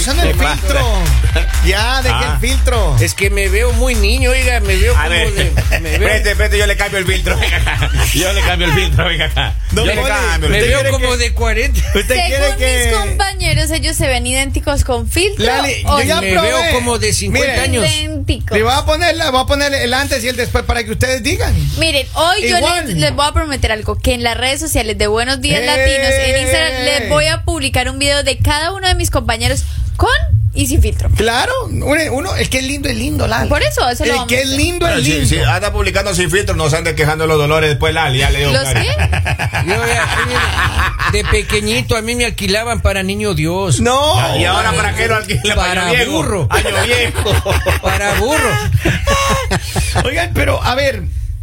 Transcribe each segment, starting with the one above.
filtro. Ya, deje Ah. el filtro. Es que me veo muy niño, oiga, me veo A como ver, de. Me veo, vete, vete, yo le cambio el filtro. venga acá. Yo le cambio el filtro, venga acá. No, yo le Poli, cambio el me ¿usted veo quiere como que- de 40. ¿Usted quiere Según mis que.? compañeros, ellos se ven idénticos con filtro. Lali, o yo ya me probé. veo como de 50 Mire, años. idénticos. Le voy a poner, la- voy a poner el antes y el después para que ustedes digan. Miren, hoy yo Igual. les, les voy a prometer algo, que en las redes sociales de Buenos Días ¡Eh! Latinos, en Instagram, les voy a publicar un video de cada uno de mis compañeros con y sin filtro. Claro, uno, uno- el que es lindo es lindo, Lali. Por eso, eso lo El vamos que a es hacer. lindo Pero es si, lindo. si ah, anda publicando sin filtro, no se ande quejando los dolores después, Lali. Ya le digo, ¿Los qué? Yo ya- de pequeñito a mí me alquilaban para niño Dios. No. ¿Y ahora para qué lo alquila? Oh, Para año viejo? burro. Año viejo. Para burro. Oigan, pero a ver,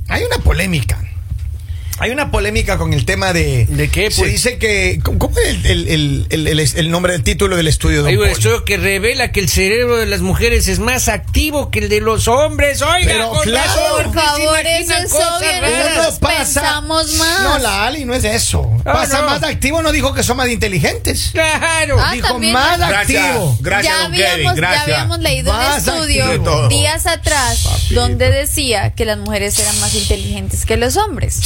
hay una polémica. Hay una polémica con el tema de. ¿De qué, Se pues? dice que. ¿Cómo es el, el- el- el- el- el nombre, el título del estudio? don Hay un Poli? estudio que revela que el cerebro de las mujeres es más activo que el de los hombres. Oiga, Pero con claro. razón, Por que se favor, imaginan eso es cosas obvio, raras. nosotros pensamos más. No, la Ali no es eso. Ah, pasa no. más activo, no dijo que son más inteligentes. Claro. Ah, dijo también. más Gracias, activo. gracias, ya, don Kevin. habíamos, ya Gracias. habíamos leído un Más activo de estudio todo. días atrás Papito. donde decía que las mujeres eran más inteligentes que los hombres.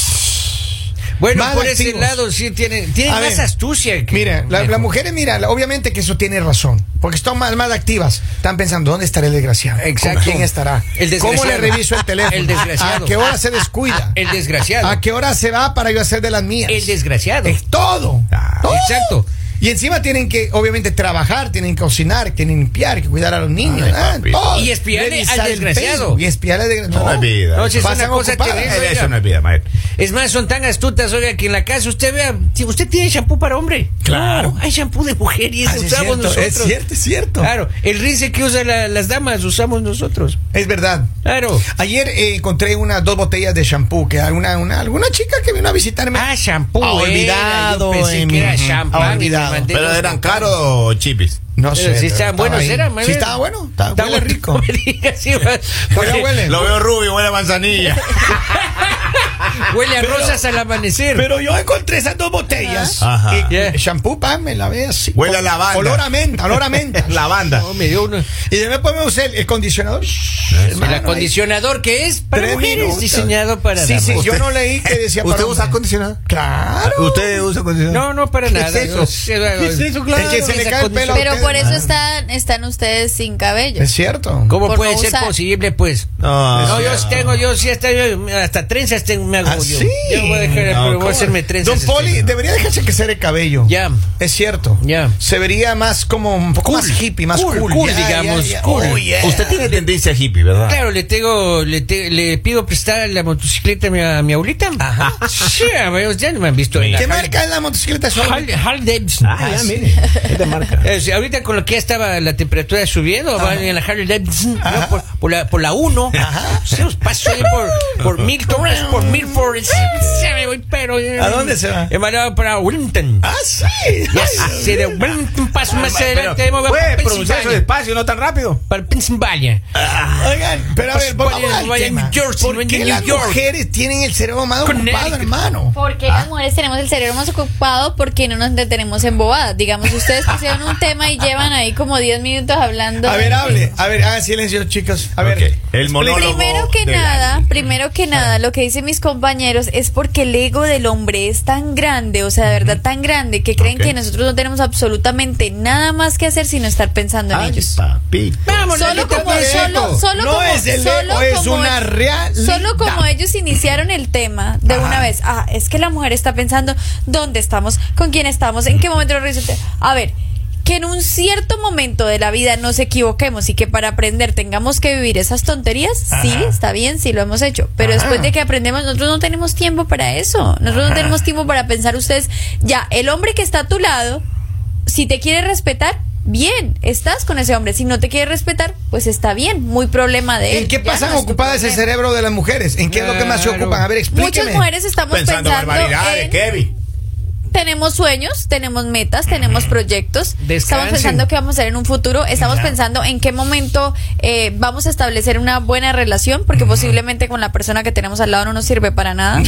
Bueno, Más por ese activos. lado sí tienen, tienen A más ver, astucia. que- Mira, la- las mujeres, mira, la- obviamente que eso tiene razón. Porque están más, más activas. Están pensando, ¿dónde estará el desgraciado? Exacto. ¿Con quién estará? El desgraciado. ¿Cómo le reviso el teléfono? El desgraciado. ¿A qué hora se descuida? El desgraciado. ¿A qué hora se va para yo hacer de las mías? El desgraciado. Ah, Es todo. Ah, Todo. exacto. Y encima tienen que, obviamente, trabajar, tienen que cocinar, tienen que limpiar, que cuidar a los niños. Ay, ah, papi. todo. Y espiarle Revisar al el desgraciado. Facebook, Y espiarle al desgraciado. No, no es vida. No, si es Pasan una cosa ocupadas. Ah, terrible. Eh, oiga. Eso no es vida, maestro. Es más, son tan astutas, oiga, que en la casa usted vea, si usted tiene shampoo para hombre. Claro. No, hay shampoo de mujer y Ah, eso sí, es, usamos cierto, nosotros. es cierto, es cierto. Claro, el rinse que usan la- las damas usamos nosotros. Es verdad. Claro. Ayer eh, encontré unas dos botellas de shampoo que alguna, una, alguna chica que vino a visitarme. Ah, shampoo. Ah, era, yo olvidado, pensé que Emi. era Ajá. Ah, champán. y me olvidado. mandé Pero los- eran caros, eh, chipis. no Pero sé. sí estaban estaba buenos, ahí. eran, más Sí, bien. estaba bueno. Estaba Está huele bueno, rico. me digas, sí, va. Huele, huele. Lo veo rubio, huele a manzanilla. Huele a rosas al amanecer. Pero yo encontré esas dos botellas. Ajá. Y- Yeah. y Shampoo, pan, me la ve así. Huele Con- a lavanda. Olor a menta, olor a menta. Lavanda. No, me dio una- Y después me usé el, el condicionador. El acondicionador que es para Tres mujeres, minutos. diseñado para Sí, damas. sí, yo no leí que decía ¿Usted para usa hombre. acondicionado? Claro. ¿Usted usa acondicionador? No, no, para nada. es eso? Yo sé, ¿Qué es eso? Es Claro. que se le Esa cae el pelo. a condición. Pero usted, por eso hermano. están, están ustedes sin cabello. Es cierto. ¿Cómo Por puede no ser usar. posible, pues? No, No, yo no. sí tengo, yo sí hasta, yo- hasta trenzas tengo, me hago ¿Ah, yo. sí? Yo voy a dejar, No, pero voy ¿cómo? a hacerme trenzas. Don este, Poli ¿no? debería dejarse crecer el cabello. Ya. Es cierto. Ya. Se vería más como un poco Cool. más hippie, más Cool, cool. cool, Ya, digamos, ya, ya. cool. Oh, yeah. Usted tiene tendencia hippie, ¿verdad? Claro, le tengo, le, te- le pido prestar la motocicleta a mi, a mi abuelita. Ajá. Sí, a ver, ya no me han visto en la ¿Qué calle. marca es la motocicleta? Son- Harley, Harley Davidson. Ah, ya, mire. Es de marca. Eh, sí, ahorita con lo que ya estaba la temperatura subiendo, van en la Harley Davidson, ¿no? por, por la por la 1, se los paso ahí por, por mil torres, por mil forest. Se me voy, pero, eh, ¿A dónde se va? Eh, me va para Wilmington. Ah, sí. Ya se de Wilmington paso más adelante, me voy para Puede pronunciar eso Pensilvania. despacio, no tan rápido. Para Pensilvania. Oigan, pero a ver, Pues, vamos vaya- al vaya tema. en New Jersey, no ¿Por en qué New las York? mujeres tienen el cerebro más ocupado, Connecticut. hermano? Porque las mujeres tenemos el cerebro más ocupado porque no nos detenemos en bobadas. Digamos, ustedes pusieron un tema y llevan ahí como 10 minutos hablando. A de- ver, hable. A ver, hagan silencio, chicas. A ver. Ok, el monólogo. Primero que de la- nada, primero que nada, lo que dicen mis compañeros es porque el ego del hombre es tan grande, o sea, de verdad tan grande, que creen Ok. que nosotros no tenemos absolutamente nada más que hacer sino estar pensando en Ay, ellos. papito. Vamos, Solo Lalita, como, pues. solo, solo No como, es el ego, solo es como- una realidad. Solo como ellos iniciaron el tema de una vez. Ah, es que la mujer está pensando dónde estamos, con quién estamos, en qué momento lo resulta. A ver, que en un cierto momento de la vida nos equivoquemos y que para aprender tengamos que vivir esas tonterías, sí, está bien, sí lo hemos hecho. Pero después de que aprendemos, nosotros no tenemos tiempo para eso. Nosotros no tenemos tiempo para pensar ustedes. Ya, el hombre que está a tu lado si te quiere respetar, bien, estás con ese hombre. Si no te quiere respetar, pues está bien, muy problema de él. ¿En qué Ya pasan no es tu ocupadas el problema. cerebro de las mujeres? ¿En qué es lo que más se Claro. ocupan? A ver, explíqueme. Muchas mujeres estamos Pensando pensando, barbaridades, en- Kevin. tenemos sueños, tenemos metas, tenemos proyectos. Estamos Descansen. pensando qué vamos a hacer en un futuro. Estamos Ya. pensando en qué momento eh, vamos a establecer una buena relación, porque posiblemente con la persona que tenemos al lado no nos sirve para nada.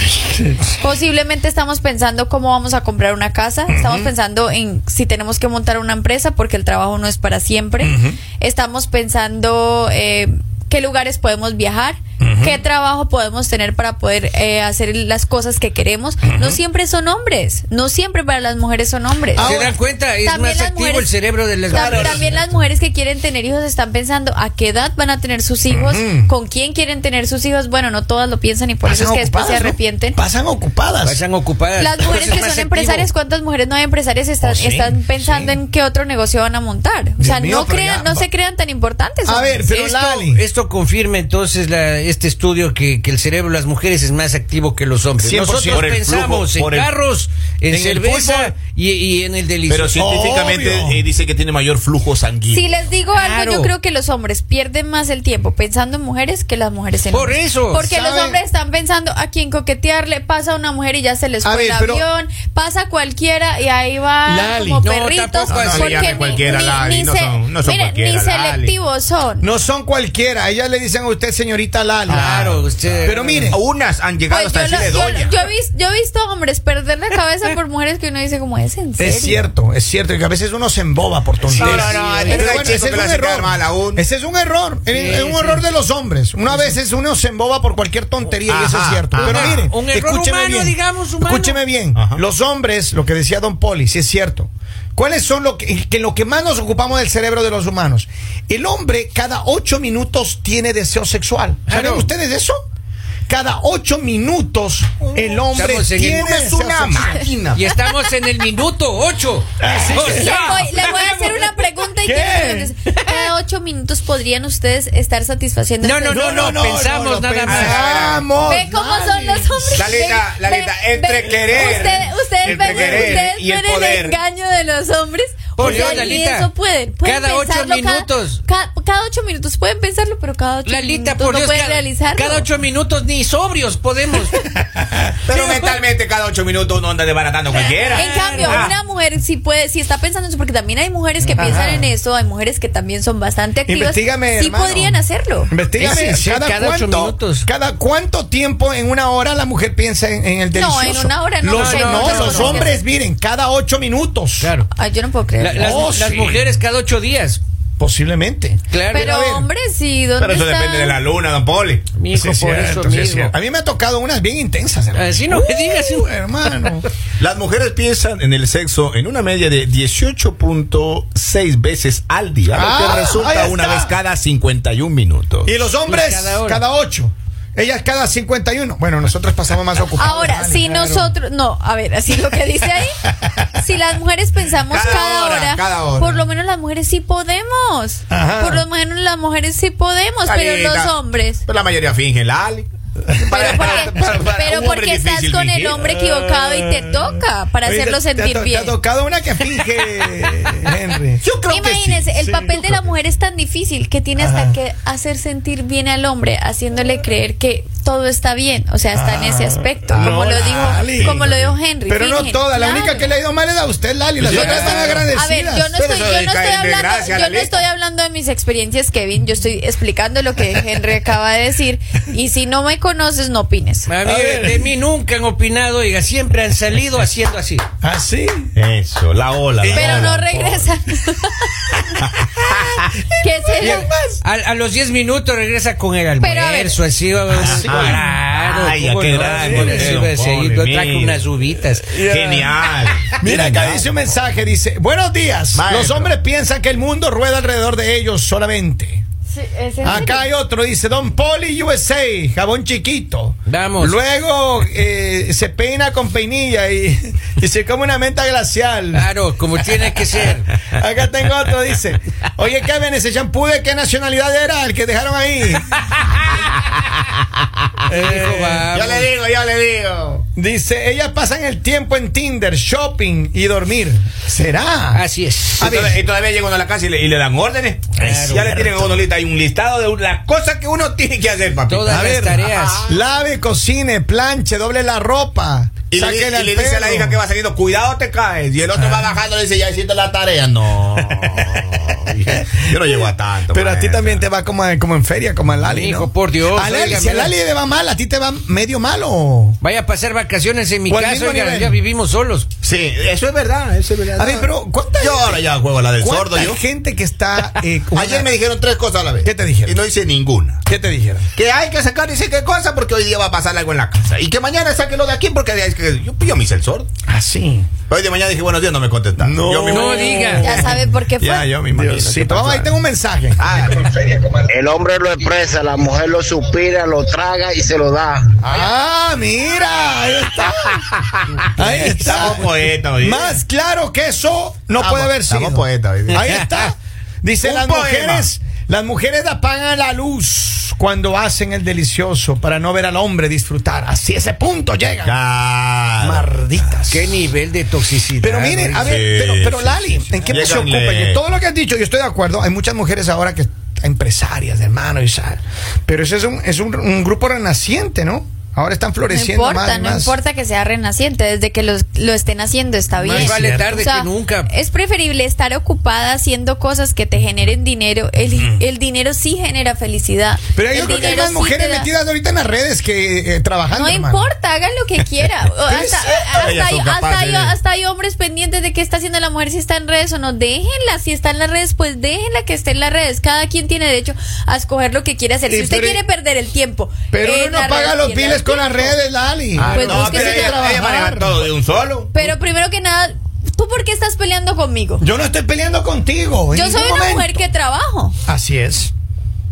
Posiblemente estamos pensando cómo vamos a comprar una casa, estamos pensando en si tenemos que montar una empresa porque el trabajo no es para siempre, estamos pensando eh, qué lugares podemos viajar, qué trabajo podemos tener para poder eh, hacer las cosas que queremos. No siempre son hombres, no siempre para las mujeres son hombres. Ah, ¿Se Ahora, dan cuenta? Es también más las activo mujeres- el cerebro de las Tam- mujeres. También las mujeres que quieren tener hijos están pensando a qué edad van a tener sus hijos, con quién quieren tener sus hijos. Bueno, no todas lo piensan y Ah, por eso es que después se ¿no? arrepienten. Pasan ocupadas. Pasan ocupadas. Las mujeres Entonces, que más son activo. empresarias, ¿cuántas mujeres no hay empresarias están, Oh, sí, están pensando sí. en qué otro negocio van a montar? O Dios sea, mío, no pero crean, ya no va- se crean tan importantes. A hombres. ver, pero esto, Lali. esto confirma entonces la- este estudio que, que el cerebro de las mujeres es más activo que los hombres. 100% Nosotros por el pensamos flujo, por el- en carros, en, en el cerveza fútbol. y, y en el delicioso. Pero Obvio. científicamente eh, dice que tiene mayor flujo sanguíneo. si les digo algo, yo Claro. creo que los hombres pierden más el tiempo pensando en mujeres que las mujeres en Por hombres. eso, Porque los ¿saben? hombres están pensando a quién coquetearle, pasa una mujer y ya se les A fue ver, el pero- avión, pasa cualquiera y ahí va Lali. como No, perritos. tampoco así. No, no, porque dígame ni- cualquiera, ni- Lali, ni no se- son- no son miren, ni cualquiera, Lali. selectivos son. No son cualquiera. Ellas le dicen a usted, señorita Lali. Claro, usted- Pero mire, Unas han llegado Pues hasta yo, lo- decirle yo- doña. yo he vis- yo he visto hombres perder la cabeza por mujeres que uno dice como es en serio. es cierto, es cierto. Y que a veces uno se emboba por tonterías. No, no, no, hay Pero muchas bueno, chicas ese que es la un hacen quedar error. mal a uno. Ese es un error. eh, Es es un sí. error de los hombres. Una vez uno se emboba por cualquier tontería y eso es Ajá, cierto. ajá. Pero mire, Un error escúcheme humano, bien. digamos, humano. Escúcheme bien. Ajá. Los hombres, lo que decía Don Poli, sí es cierto. ¿Cuáles son lo que, que lo que más nos ocupamos del cerebro de los humanos? El hombre cada ocho minutos tiene deseo sexual. ¿Saben Claro. ustedes eso? Cada ocho minutos el hombre Estamos en el- tiene Uno es deseo una sexual. Oh. Y estamos en el minuto 8. Ah, Le voy, le voy a hacer una pregunta y ¿Qué? quiero que me conteste. Cada ocho minutos podrían ustedes estar satisfaciendo. No, ustedes? no, no, pensamos nada más. Ah, pensamos. Ve cómo son los hombres. Lalita, Ve- Lalita, ve- entre ve- querer, Usted, ustedes entre ven, querer ustedes y el ven el, poder. engaño de los hombres. Por O sea, Dios, y Lalita, eso pueden, pueden cada ocho pensarlo cada- minutos. ca- Cada, ocho minutos pueden pensarlo, pero cada ocho Lalita, minutos por no Dios, pueden cada, realizarlo. cada ocho minutos ni sobrios podemos. Pero mentalmente cada ocho minutos uno anda desbaratando cualquiera. En cambio, Ah. una mujer si puede, si está pensando en eso, porque también hay mujeres que piensan en eso, hay mujeres que también son bastante activas. Investígame, sí hermano. podrían hacerlo. Investígame. Es- es cada, cada ocho cuánto, minutos. ¿Cada cuánto tiempo en una hora la mujer piensa en, en el delicioso? en una hora no, Los, no, no, no, no, los no. hombres, miren, cada ocho minutos. Claro. Ay, yo no puedo creer. La- las, Oh, las sí. mujeres cada ocho días. Posiblemente. Claro. pero a ver. hombres, sí, ¿dónde Pero eso están? depende de la luna, don Poli. Mi hijo, Sí, es por cierto, eso sí, es mismo. cierto. A mí me ha tocado unas bien intensas. hermano. Así no me digas. Uh, hermano. Las mujeres piensan en el sexo en una media de 18.6 veces al día, lo Ah, que ahí resulta está. una vez cada 51 minutos. y los hombres, Y cada cada, hora. ocho. Ellas cada 51. Bueno, nosotros pasamos más ocupados. Ahora, si nosotros, no, a ver, así lo que dice ahí, si las mujeres pensamos cada, Cada hora, hora, cada hora. por lo menos las mujeres sí podemos. Ajá. Por lo menos las mujeres sí podemos, pero los Carita, hombres. Pero la mayoría fingen, Lali. Pero porque, pero un hombre porque es estás difícil con el fingir. hombre equivocado y te toca para Oye, hacerlo te- te ha sentir to- bien. Te ha tocado una que finge, Henry. Yo creo que sí. Imagínense, el Sí, papel yo de creo la mujer es tan difícil que tiene hasta que hacer sentir bien al hombre, haciéndole creer que todo está bien, o sea, hasta en ese aspecto, Ah, como no, lo dijo, Lali. como lo dijo Henry. Pero no fingen, toda, la claro. única que le ha ido mal es a usted, Lali. Las Yo otras no están estoy- agradecidas. A ver, yo no Pero estoy, eso yo no cae estoy en hablando, desgracia, yo no Lalita. estoy hablando de mis experiencias, Kevin. Yo estoy explicando lo que Henry acaba de decir. Y si no me conoces, no opines. A mí, A ver. de mí nunca han opinado, oiga, siempre han salido haciendo así. ¿Ah, sí? Eso, la ola. la Pero ola. no regresan. ¿Qué será? A, a los 10 minutos regresa con el Pero a ver. almuerzo, así. sí. Claro, Ay, ¿cómo a qué no? grande, Así, Leo, así, pobre, yo traje mira. unas uvitas. Genial. Mira, acá Genial. dice un mensaje, dice, buenos días. Maestro. Los hombres piensan que el mundo rueda alrededor de ellos solamente. Sí, ¿es en Acá hay otro, dice Don Poli USA, jabón chiquito. Vamos. Luego eh, se peina con peinilla y, y se come una menta glacial. Claro, como tiene que ser. Acá tengo otro, dice. Oye, Kevin, ese champú de qué nacionalidad era el que dejaron ahí. Hijo, vamos. Yo le digo, yo le digo. Dice, ellas pasan el tiempo en Tinder, shopping y dormir. ¿Será? Así es. Y toda- y todavía llega uno a la casa y le, y le dan órdenes. Claro. ya le tienen a uno lista. Hay un listado de un- las cosas que uno tiene que hacer, papi. Todas A las ver. Ah. tareas. Lave, cocine, planche, doble la ropa. Y le, Sáquenle y al Ah. le dice a la perro. hija que va saliendo, cuidado te caes. Y el otro va bajando y le dice, ya hiciste la tarea. No. Yo no llego a tanto. Pero a ti maestra. también te va como, en- como en feria, como al Lali. Hijo, ¿no? por Dios, Al Lali, oiga, si al mira. Lali le va mal, a ti te va medio malo. Vaya a pasar vacaciones en mi O al casa, mismo oiga, nivel. ya vivimos solos. Sí, eso es verdad, eso es verdad. A ver, pero ¿cuánta Yo gente- ahora ya juego a la del sordo ¿Cuánta yo. gente que está. eh, con Ayer una- me dijeron tres cosas a la vez. ¿Qué te dijeron? Y no hice ninguna. ¿Qué te dijeron? Que hay que sacar, dice qué cosa, porque hoy día va a pasar algo en la casa. Y que mañana sáquelo de aquí, porque hay que- yo, yo me hice el sordo. Así. Hoy de mañana dije, buenos días, no me contestaron. No. Yo me No imagino- diga. Ya sabe por qué fue. Ya, yo me imagino. Diosito. Vamos, ahí tengo un mensaje. Ah, El hombre lo expresa, la mujer lo suspira, lo traga y se lo da. Ah, mira, ahí está. Ahí está. Estamos poetas, oye. Más claro que eso no Estamos- puede haber sido. estamos poetas, oye. Ahí está. Dice Un las poema. mujeres, las mujeres apagan la luz cuando hacen el delicioso para no ver al hombre disfrutar. Así ese punto llega. claro. Marditas. Qué nivel de toxicidad. Pero miren, a oiga. ver, Sí, pero, pero sí, Lali, sí, sí. ¿en qué Llegan se ocupa? le- Que Todo lo que has dicho, yo estoy de acuerdo. Hay muchas mujeres ahora que empresarias, hermano, y sal. Pero ese es un, es un, un grupo renaciente, ¿no? Ahora están No floreciendo importa, más y no más. importa que sea renaciente, desde que los- lo estén haciendo está Más bien. vale Cierto. tarde que nunca. Es preferible estar ocupada haciendo cosas que te generen dinero. El, el dinero sí genera felicidad. Pero yo El creo que hay dinero más sí mujeres te da- metidas ahorita en las redes que eh, trabajando. No hermano. importa, hagan lo que quiera. O Pero es hasta, cierto, hasta ellas hay, son hasta capaces hay- de- hasta hay hombres pendientes de qué está haciendo la mujer, si está en redes o no. Déjenla, si está en las redes, pues déjenla que esté en las redes. Cada quien tiene derecho a escoger lo que quiere hacer. Sí, Si usted pero- quiere perder el tiempo. eh, Pero en uno no las paga redes, los pierda piles el con las tiempo. redes, Lali. Ah, Pues no, búsquese pero que ella, ella maneja trabajar. todo de un solo. Pero primero que nada, ¿tú por qué estás peleando conmigo? Yo no estoy peleando contigo. en Yo soy ningún una momento. mujer que trabajo. Así es.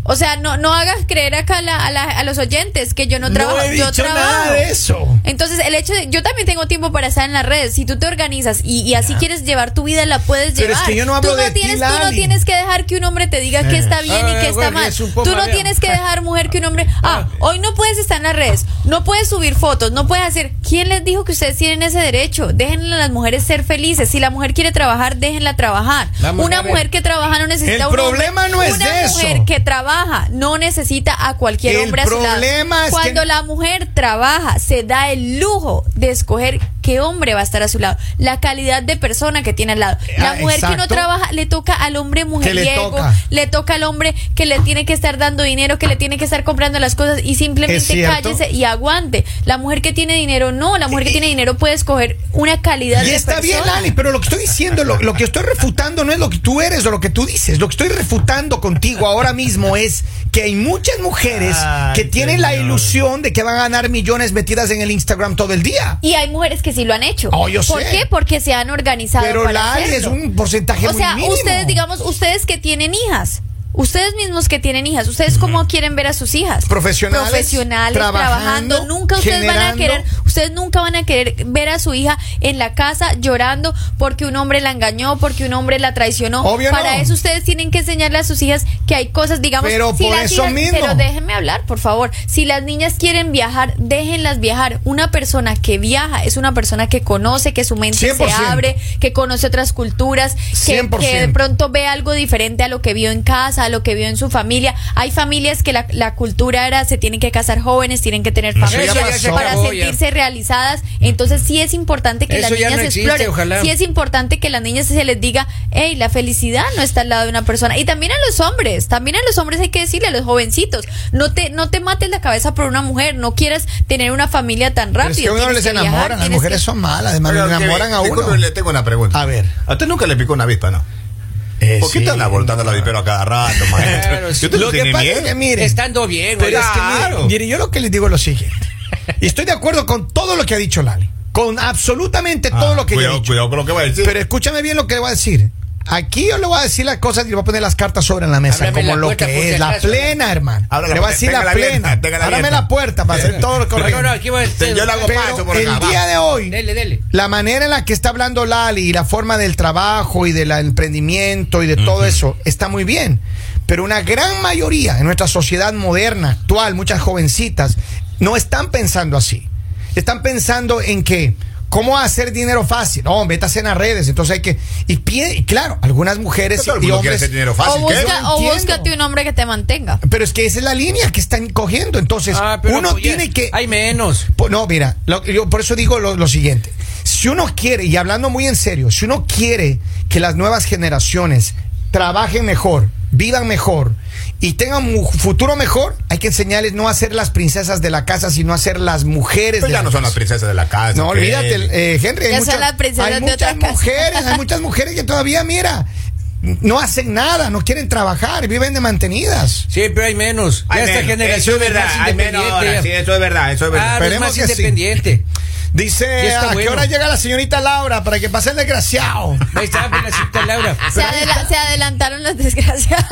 O sea, no, no hagas creer acá a, la- a la- a los oyentes que yo no trabajo. he yo dicho trabajo. nada de eso. Entonces, el hecho de. Yo también tengo tiempo para estar en las redes. Si tú te organizas y, y así quieres llevar tu vida, la puedes Pero es llevar. que yo no hablo tú no de ti, Eh. tienes, Tú no Lali. tienes que dejar que un hombre te diga que está bien Ah, y que está güey, mal. es un Tú poco no bien. tienes que dejar, mujer, que un hombre. Ah, hoy no puedes estar en las redes. No puedes subir fotos. No puedes hacer. ¿Quién les dijo que ustedes tienen ese derecho? Déjenle a las mujeres ser felices. Si la mujer quiere trabajar, déjenla trabajar. Vamos a Una ver. mujer que trabaja no necesita El un hombre. problema no es Una de eso. mujer que trabaja no necesita a cualquier El hombre a su lado. problema es que- Cuando la mujer trabaja, se da el lujo de escoger qué hombre va a estar a su lado, la calidad de persona que tiene al lado. La Ah, mujer que no exacto. trabaja le toca al hombre mujeriego, toca. le toca al hombre que le tiene que estar dando dinero, que le tiene que estar comprando las cosas y Es simplemente cierto. Eh, cállese y aguante. La mujer que tiene dinero no, la mujer que tiene dinero puede escoger una calidad Y de está bien, persona. Lali, pero lo que estoy diciendo, lo, lo que estoy refutando no es lo que tú eres o lo que tú dices. Lo que estoy refutando contigo ahora mismo es que hay muchas mujeres Ay, que tienen la señor. ilusión de que van a ganar millones metidas en el Instagram todo el día. Y hay mujeres que sí lo han hecho. Oh, yo ¿Por sé. qué? Porque se han organizado. Pero para Lali es hacerlo. un porcentaje O muy sea, mínimo. ustedes, digamos, ustedes que tienen hijas. Ustedes mismos que tienen hijas, ¿ustedes cómo quieren ver a sus hijas? Profesionales, Profesionales, trabajando, trabajando. Nunca ustedes van a generando. querer, ustedes nunca van a querer ver a su hija en la casa llorando porque un hombre la engañó, porque un hombre la traicionó. Obvio Para no. eso ustedes tienen que enseñarle a sus hijas que hay cosas, digamos, Pero por las eso mismo. Pero déjenme hablar, por favor. Si las niñas quieren viajar, déjenlas viajar. Una persona que viaja es una persona que conoce, que su mente se 100%. abre, que conoce otras culturas, que, 100%. que de pronto ve algo diferente a lo que vio en casa, a lo que vio en su familia. Hay familias que la, la cultura era se tienen que casar jóvenes, tienen que tener familia ya pasó. para Eso ya se sentirse realizadas. Entonces sí es importante que Eso las ya niñas no existe, exploren. ojalá. Sí es importante que las niñas se les diga, hey, la felicidad no está al lado de una persona. Y también a los hombres, también a los hombres hay que decirle a los jovencitos, no te, no te mates la cabeza por una mujer, no quieras tener una familia tan Pero rápido. es que a uno tienes les que viajar, enamoran, las tienes mujeres que- son malas, además le Pero, enamoran a disculpe, uno. Le tengo una pregunta. A ver. Eh, ¿A usted nunca le picó una avispa, no? ¿Por qué te anda voltando la vipero a cada rato, maestro? Claro, sí. ¿Y usted no Lo que tiene pasa miedo? es que miren, Estando bien, Pero oiga. es que mire, Claro. mire, yo lo que les digo es lo siguiente. Y estoy de acuerdo con todo lo que ha dicho Lali. Con absolutamente todo Ah, lo que yo he cuidado, dicho. Cuidado con lo que va a decir. Pero escúchame bien lo que le voy a decir. Aquí yo le voy a decir las cosas y le voy a poner las cartas sobre la mesa, Ábrame como la lo puerta, por que si es. La acaso. plena, hermano. Ábrala, le voy a porque decir la téngala plena. abierta, téngala Ábrame abierta. la puerta para hacer todo lo correcto. No, no, aquí va a Te- yo le hago Pero paso por el acá. va. día de hoy, Dele, dele. la manera en la que está hablando Lali y la forma del trabajo y del emprendimiento y de todo eso está muy bien. Pero una gran mayoría en nuestra sociedad moderna, actual, muchas jovencitas, no están pensando así. Están pensando en que ¿Cómo hacer dinero fácil? No, métase en las redes. Entonces hay que. Y, pie- y claro, algunas mujeres Todo el y, y mundo quiere hombres. hacer dinero O, fácil. ¿qué? busca- o entiendo. búscate un hombre que te mantenga. Pero es que esa es la línea que están cogiendo. Entonces, Ah, pero uno pues ya- tiene que. Hay menos. Po- Pues, No, mira, lo- yo por eso digo lo, lo siguiente. Si uno quiere, y hablando muy en serio, si uno quiere que las nuevas generaciones trabajen mejor, vivan mejor y tengan un futuro mejor, hay que enseñarles no a ser las princesas de la casa, sino a ser las mujeres de Pero Pues ya la no son las casa. princesas de la casa. No, ¿qué? olvídate, eh, Henry. Hay Ya son muchas, las princesas hay de muchas otra casa. mujeres, hay muchas mujeres que todavía, mira, no hacen nada, no quieren trabajar, viven de mantenidas. Sí, pero hay menos. Ya Ay, esta men, generación eso es verdad, más ay, men, independiente. ahora, ya. sí, eso es verdad, eso es verdad. Claro, es Esperemos más que sí. independiente. Dice, Ya está ¿a qué bueno. hora llega la señorita Laura para que pase el desgraciado? Ahí está, pues, la cita Laura. Se, adela- se adelantaron las desgracias.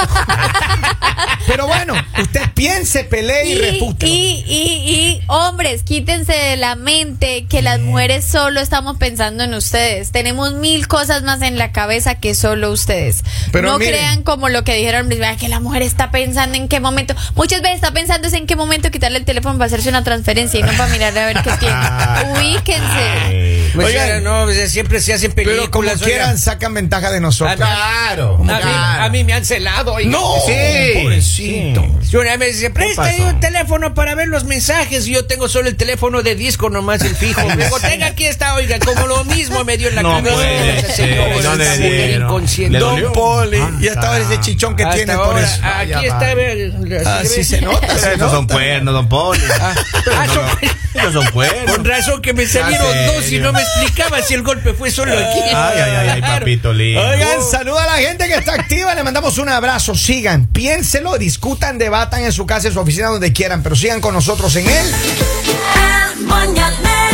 Pero bueno, usted piense, pelee y, repute. y, y, y, hombres, quítense de la mente que las mujeres solo estamos pensando en ustedes. Tenemos mil cosas más en la cabeza que solo ustedes. Pero no miren. crean como lo que dijeron, "Ah, que la mujer está pensando en qué momento. Muchas veces está pensando es en qué momento quitarle el teléfono para hacerse una transferencia y no para mirar a ver qué tiene. Ubíquense. Ah. Ay. Pues, Oigan, ya, no, pues, ya siempre se hacen películas. pero como oiga. quieran, sacan ventaja de A nosotros. mí- Claro, A mí, claro. a mí me han celado. oiga. ¡No! Sí. Pobrecito. Yo una vez dice, préstame pasó? un teléfono para ver los mensajes. Y yo tengo solo el teléfono de disco nomás, el fijo. Luego, tenga aquí está, oiga, como lo mismo me dio en la No cabeza. puede Esa ser, señora, no esa le mujer dieron. inconsciente. Le Don dolió. Poli, Ah, ya estaba ese chichón que Hasta tiene por ahora, ah, eso. aquí Vaya, está. vaya. el- Ah, el- Así se nota. se Esos son nota. cuernos, don Poli. Pero ah, no, son- no, Esos son cuernos. Con razón que me salieron ¿En dos y serio? no me explicaba si el golpe fue solo aquí. Ay, ay, ay, ay, papito lindo. Oigan, saluda a la gente que está activa. Le mandamos un abrazo. Sigan, piénselo, discutan, debatan en su casa, en su oficina, donde quieran. Pero sigan con nosotros en él. El mañanero